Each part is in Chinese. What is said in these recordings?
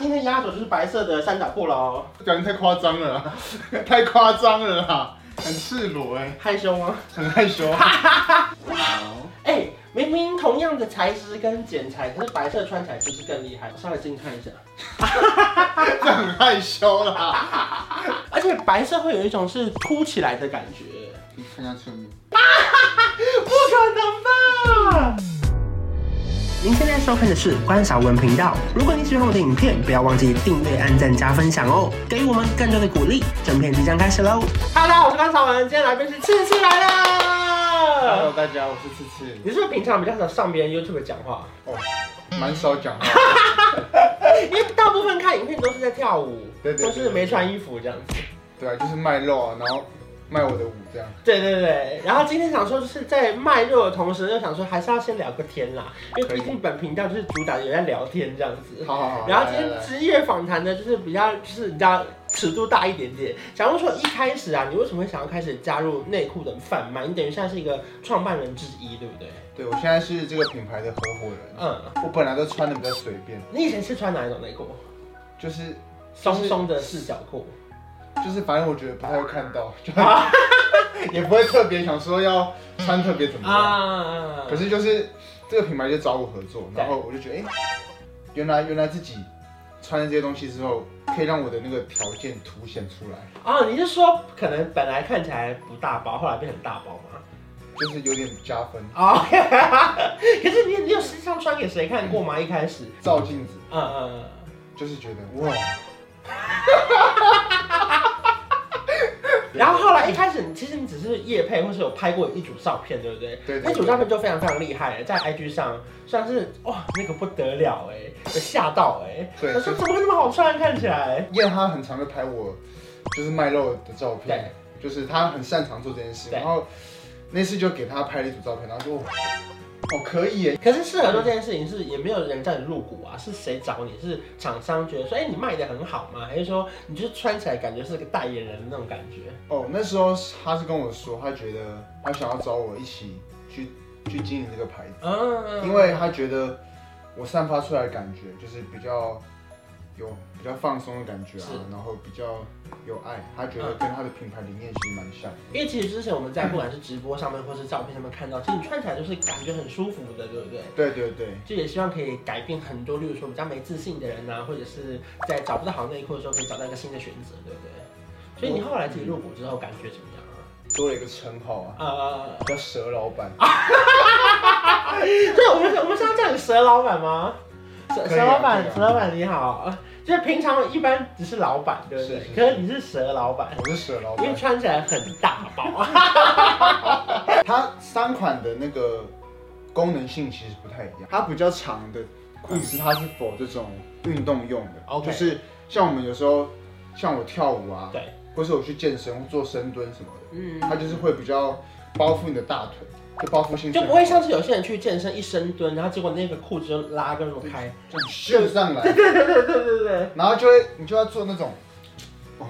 今天压轴就是白色的三角破喽，讲的太夸张了啦， 太夸张了啦，很赤裸哎、害羞吗？很 害羞。哎、明明同样的材质跟剪裁，可是白色穿起来就是更厉害。稍微近看一下，这很害羞啦。而且白色会有一种是凸起来的感觉，你看一下侧面，不可能吧？您现在收看的是关少文频道。如果你喜欢我的影片，不要忘记订阅、按赞、加分享哦，给予我们更多的鼓励。整片即将开始喽！Hello，大家好我是关少文，今天来宾是次次来了。 Hello 大家，我是次次，你是不是平常比较少上别人 YouTube 讲话？哦蛮少讲话， 因为大部分看影片都是在跳舞，对对对都是没穿衣服这样子。对啊，就是卖肉啊，然后卖我的舞这样。对对对，然后今天想说就是在卖肉的同时，又想说还是要先聊个天啦，因为毕竟本频道就是主打有在聊天这样子。好好好，然后来今来天来职业访谈呢，就是比较就是你知道尺度大一点点。假如说一开始啊，你为什么会想要开始加入内裤的贩卖？你等于现在是一个创办人之一，对不对？对我现在是这个品牌的合伙人，嗯，我本来都穿的比较随便，你以前是穿哪一种内裤？就是松松的四角裤。就是反正我觉得不太会看到， 就 也不会特别想说要穿特别怎么样。啊可是就是这个品牌就找我合作，然后我就觉得，哎、原来原来自己穿了这些东西之后，可以让我的那个条件凸显出来，哦，你是说可能本来看起来不大包，后来变很大包吗？就是有点加分。哦， 可是你你有实际上穿给谁看过吗？一开始，照镜子嗯嗯，就是觉得哇，嗯然后后来一开始你其实你只是夜配或是有拍过一组照片，对不对？对那对组照对，片就非常非常厉害，在 IG 上算是哇那个不得了哎，有吓到哎，对我说怎么会那么好穿？看起来，燕他很常就拍我就是卖肉的照对片，就是他很擅长做这件事，对然后那次就给他拍了一组照片，然后就哇哦可以耶，可是适合做这件事情是也没有人叫你入股啊，是谁找你？是厂商觉得说哎、你卖的很好吗？还是说你就是穿起来感觉是个代言人的那种感觉？哦那时候他是跟我说，他觉得他想要找我一起去去经营这个牌子。嗯因为他觉得我散发出来的感觉就是比较有比较放松的感觉啊是，然后比较有爱，他觉得跟他的品牌理念其实蛮像。因为其实之前我们在不管是直播上面或是照片上面看到，其实你穿起来就是感觉很舒服的，对不对？对对对，就也希望可以改变很多，例如说比较没自信的人呐、或者是在找不到好内裤的时候，可以找到一个新的选择，对不对？所以你后来自己入股之后，感觉怎么样啊？多了一个称号啊，呃，叫蛇老板。 对，我们我们是要叫你蛇老板吗？蛇可以蛇啊老板可以，啊蛇老板你好，就是平常一般只是老板，对不对是？是可是你是蛇老板，我是蛇老因为板。穿起来很大包。啊它三款的那个功能性其实不太一样，它比较长的款式它是否这种运动用的 OK 就是像我们有时候像我跳舞啊，对，或是我去健身做深蹲什么的。嗯它就是会比较包覆你的大腿，就包覆 性就不会像是有些人去健身一深蹲，然后结果那个裤子就拉跟裸开。就炫上 来，对对对对对然后就会你就要做那种，哦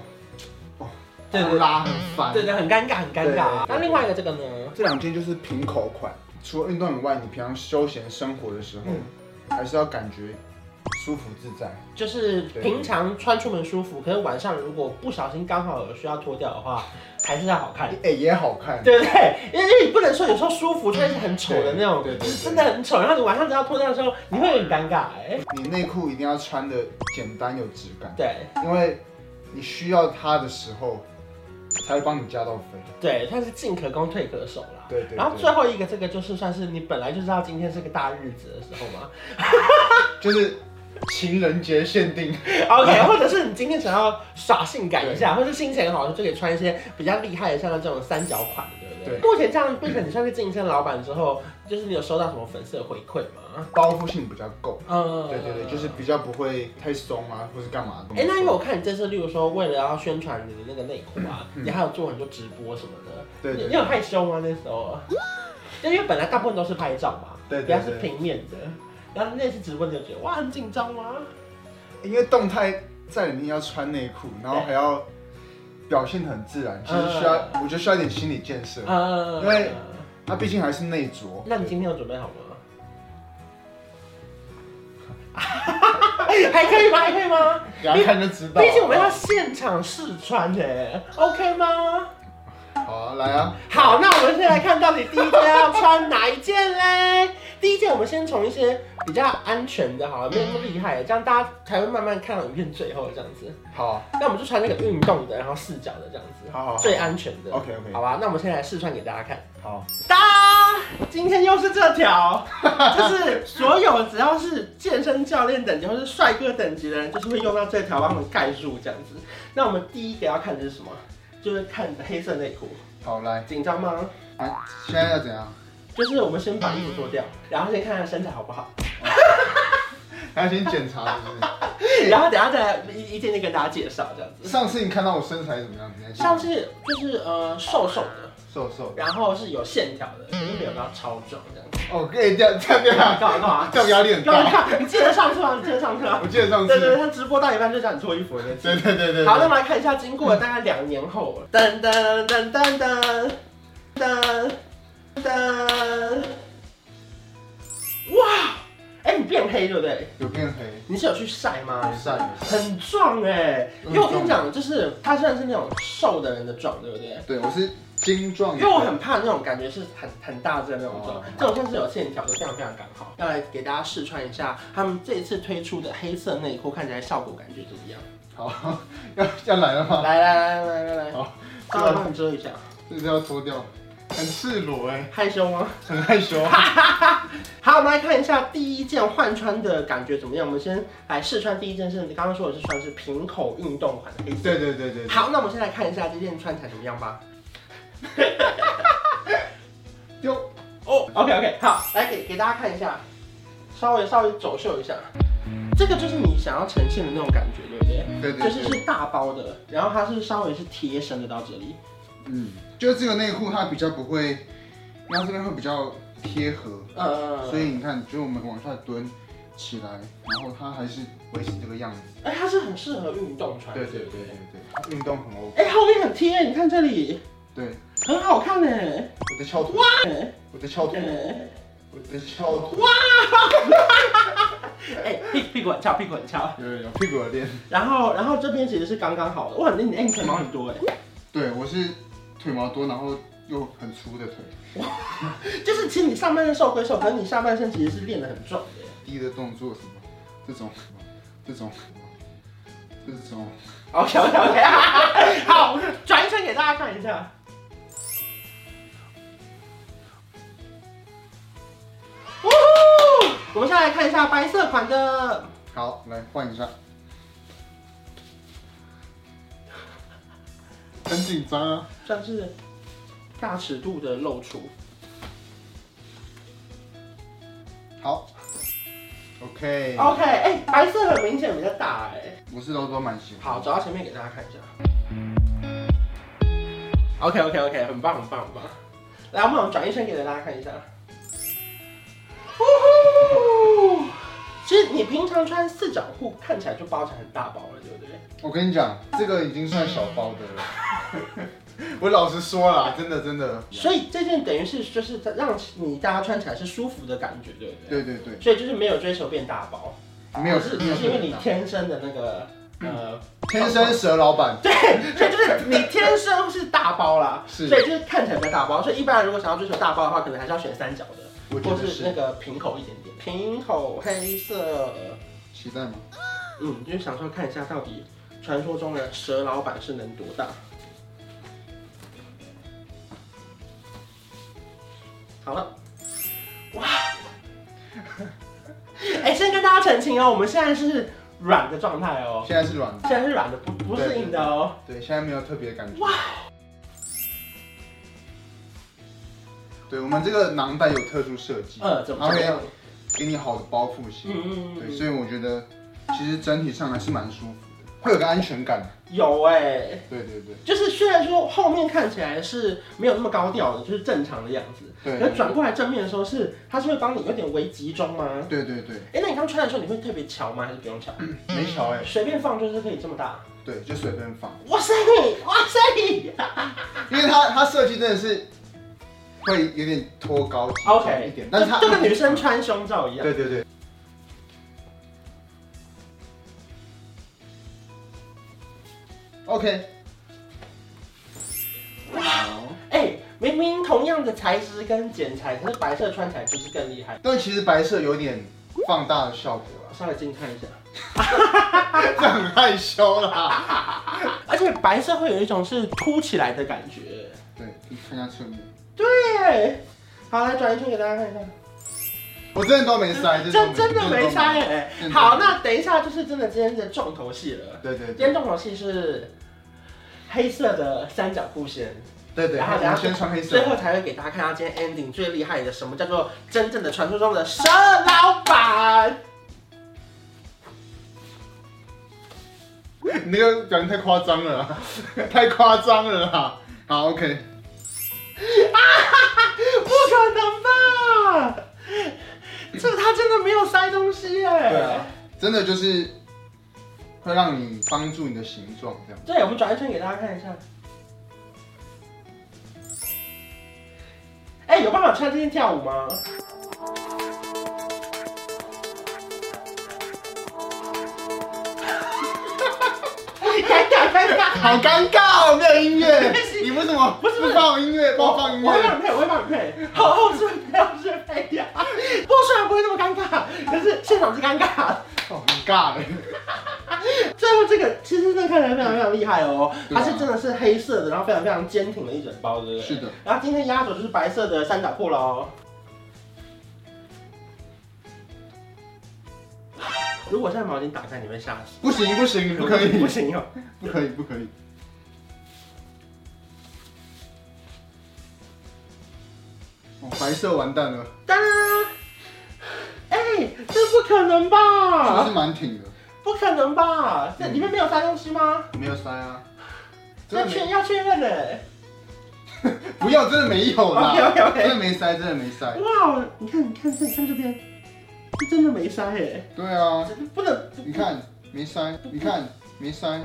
哦，对对拉很烦。啊对对，很尴尬很尴尬。啊对对对那另外一个这个呢？这两件就是平口款，除了运动以外，你平常休闲生活的时候，嗯还是要感觉舒服自在。就是平常穿出门舒服，可是晚上如果不小心刚好有需要脱掉的话，还是要好看哎、，也好看。对不对？因为因为你不能说有时候舒服穿是很丑的那种，对对对就是真的很丑。然后你晚上只要脱掉的时候，你会很尴尬哎。你内裤一定要穿的简单有质感，对因为你需要它的时候，才会帮你加到分。对，它是进可攻退可守啦。对对对然后最后一个这个就是算是你本来就知道今天是个大日子的时候嘛，就是情人节限定。 OK，或者是你今天想要耍性感一下，或是心情好，就可以穿一些比较厉害的，像这种三角款，对不对？对目前这样，变成你算是晋升老板之后，就是你有收到什么粉丝的回馈吗？包覆性比较够。嗯，对对对，就是。比较不会太松啊，或是干嘛的。哎、那因为我看你这次，例如说为了要宣传你的那个内裤啊，你还有做很多直播什么的，嗯对你对你有害羞吗？那时候，啊就因为本来大部分都是拍照嘛，对对比较是对平面的，然后那次直播你就觉得哇很紧张吗？因为动态在里面要穿内裤，然后还要表现得很自然，其实需要，我觉得需要一点心理建设。嗯，因为它毕竟还是内着。那你今天有准备好吗？ 还可以吗？还可以吗？等一下看就知道。毕竟我们要现场试穿哎、OK 吗？好啊，来啊，好，那我们先来看到底第一件要穿哪一件嘞？第一件我们先从一些比较安全的，好了，没有那么厉害的，这样大家才会慢慢看到影片最后这样子。好，啊那我们就穿那个运动的，然后四角的这样子，好好啊好最安全的。 OK，OK 好吧，那我们先来试穿给大家看。好，哒，今天又是这条，就是所有只要是健身教练等级或是帅哥等级的人，就是会用到这条帮他们盖住这样子。那我们第一个要看的是什么？就是看你的黑色内裤，好来，紧张吗？啊，现在要怎样？就是我们先把衣服脱掉，嗯然后先看看身材好不好，还要先检查是 不然后等一下再来一一件件跟大家介绍这样子。是？上次你看到我身材怎么样？你还记得上次就是呃瘦瘦的，瘦瘦的，然后是有线条嗯的，就是没有到超壮这样子。哦，可以掉掉掉干嘛干嘛？掉压啊力很干嘛大。看？你记得上课吗？你记得上课吗？我记得上对对对，次，他直播到一半就叫你脱衣服的那次。对对对嗯对，好，那我们来看一下，经过了大概两年后，噔噔噔噔噔噔噔，哇！哎、你变黑对不对？有变黑，你是有去晒吗有？晒嗯有晒。很壮哎、因为我跟你讲，就是他虽然是那种瘦的人的壮，对不对？对，我是精壮因的，为我很怕那种感觉是很很大只的那种嗯哦壮，这种像是有线条的，非常非常刚好。要来给大家试穿一下，他们这一次推出的黑色内裤，看起来效果感觉怎么样？好，要要来了吗？来来来来来来，好帮我帮你遮一下，这是要脱掉，很赤裸哎，害羞吗？很害羞。好，我们来看一下第一件换穿的感觉怎么样。我们先来试穿第一件是，你刚刚说的是穿是平口运动款的黑色。对对对对，对，好，那我们先来看一下这件穿起来怎么样 吧。丢，哦、o k OK，好，来给给大家看一下，稍微稍微走秀一下，这个就是你想要呈现的那种感觉，对不对？对对就是对，是大包的，然后它是稍微是贴身的到这里，嗯，就只有内裤它比较不会，然后这边会比较贴合，呃，所以你看，就是我们往下蹲起来，然后它还是维持这个样子。哎、它是很适合运动穿，对对对对对，它运动很 OK。哎、后面很贴，你看这里对，很好看哎，我的翘臀，哎我的翘臀，哎我的翘臀，哎，屁屁股很翘，屁股很翘。有有有屁股有练。然后，然后这边其实是刚刚好的。哇，你你哎，你腿毛很多哎，对，我是腿毛多，然后又很粗的腿，就是其实你上半身瘦归瘦，可是你下半身其实是练得很壮的耶。低的动作什么，这 种，这种，这种， OK OK OK，好， 转一圈给大家看一下。呜呼！我们现在来看一下白色款的，好，来 换一下。很紧张啊！算是大尺度的露出。好，OK， OK，哎、白色很明显比较大哎、我是都都蛮喜欢。好，走到前面给大家看一下。OK OK OK，很棒很棒很棒。来，我们转一圈给大家看一下。呜呼！其实你平常穿四角裤看起来就包起来很大包了，对不对？我跟你讲，这个已经算小包 的了。我老实说啦，真的真的。所以这件等于是就是让你大家穿起来是舒服的感觉，对不对？对对对，所以就是没有追求变大包，没有哦是没只有是因为你天生的那个嗯呃，天生蛇老板， 对，所以就是你天生是大包啦。是所以就是看起来比较大包，所以一般人如果想要追求大包的话，可能还是要选三角的，我觉或得是那是。个平口一点点，平口黑色，期待吗？嗯，就是想说看一下到底传说中的蛇老板是能多大。好了，哇，哎、先跟大家澄清哦，我们现在是软的状态哦，现在是软的，现在是软的，不不是硬的哦。对，现在没有特别感觉。哇！对我们这个囊袋有特殊设计，呃，怎么样？给你好的包覆嗯性。嗯嗯对，嗯，所以我觉得其实整体上还是蛮舒服的，会有个安全感。有哎、对对对就是虽然说后面看起来是没有那么高调的，就是正常的样子，对可是转过来正面的时候是，它是会帮你有点微集中吗？对对对，哎、那你刚穿的时候你会特别瞧吗？还是不 用瞧？没瞧哎，随便放就是可以这么大。对，就随便 放。哇塞，哇塞！因为它它设计真的是会有点拖高级 OK 一点，但是它就就跟女生穿胸罩一样。对对对， OK，哎、明明同样的材质跟剪裁，可是白色穿起来就是更厉害。但其实白色有点放大的效果啊啦，稍微近看一下， 这很害羞啦。而且白色会有一种是凸起来的感觉。对，你看一下侧面，对，好，来转一圈给大家看一下。我真的都没塞，这都真的没猜。哎、真的好，那等一下就是真的今天的重头戏了。对对今天对重头戏是黑色的三角裤线，对对，然后我等下们先穿黑色最。后才会给大家看到今天 ending 最厉害的什么叫做真正的传说中的蛇老板。你那个表情太夸张了啦， 太夸张了啦。好，OK，不可能吧？这个他真的没有塞东西耶、对啊，真的就是会让你帮助你的形状这样。对，我们转一圈给大家看一下。哎、有办法穿这件跳舞 吗？尴尬尴尬，好尴尬哦，没有 音乐没关系，你为什么不是不是放我音乐？帮我放音我会帮乐。你配，我会帮你配。好，后置配，后置配呀。不过虽然不会那么尴尬，可是现场是尴尬的。好尴尬哎。最后这个其实真的看起来非常非常厉害哦，对它啊是真的是黑色的，然后非常非常坚挺的一整包，对不对？是的，然后今天压轴就是白色的三角裤哦喽。如果现在毛巾打开，你会吓死。不行不行，不可以不行哦。不可以不可以。哦，白色完蛋了，当然，哎、这不可能是不是吧？蛮挺的？不可能吧？这里面没有塞东西吗？没有塞啊，那嗯真的确没，要确认呢、不要，真的没 有啦 OK，OK，OK，真的没塞，真的没塞。哇，你看，你看这，你看这边，这真的没塞哎、对啊，这不能，不你看没塞，你看没塞，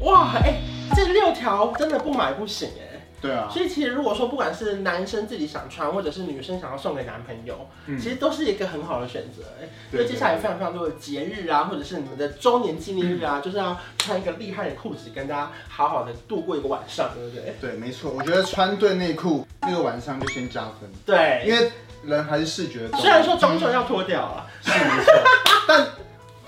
哇，哎、这六条真的不买不行哎、对啊，所以其实如果说不管是男生自己想穿，或者是女生想要送给男朋友，嗯其实都是一个很好的选择。哎因对为接下来有非常非常多的节日啊，或者是你们的周年纪念日啊，就是要穿一个厉害的裤子，跟大家好好的度过一个晚上，对不对？对，没错，我觉得穿对内裤那个晚上就先加分，因对。为人还是视觉的动物虽然说终究要脱掉啊，是没错，但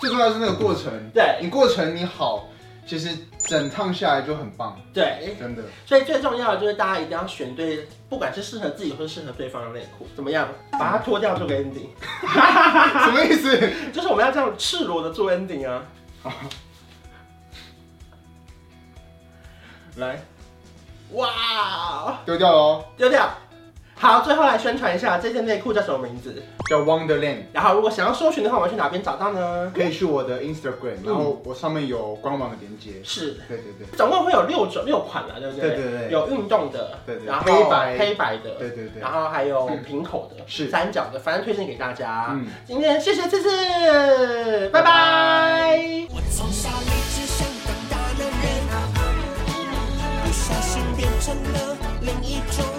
最重要是那个过程，对你过程你好，其实整趟下来就很棒，对，真的。所以最重要的就是大家一定要选对，不管是适合自己或是适合对方的内裤，怎么样，把它脱掉做个 ending，什么意思？就是我们要这样赤裸的做 ending 啊。 来，哇，丢掉哦喽，丢掉。好，最后来宣传一下这件内裤叫什么名字。叫 Wonderland，然后如果想要搜寻的话，我要去哪边找到呢？可以去我的嗯 Instagram，然后我上面有官网的连接。是，对对对总共会有六种六款啦，对不对？对对对有运动的，对对然后黑白黑白的，对对对嗯然，后还有平口的，是三角的，反正推荐给大家。嗯今天谢谢次次，拜拜我从小一直想当大男人，不小心变成了另一种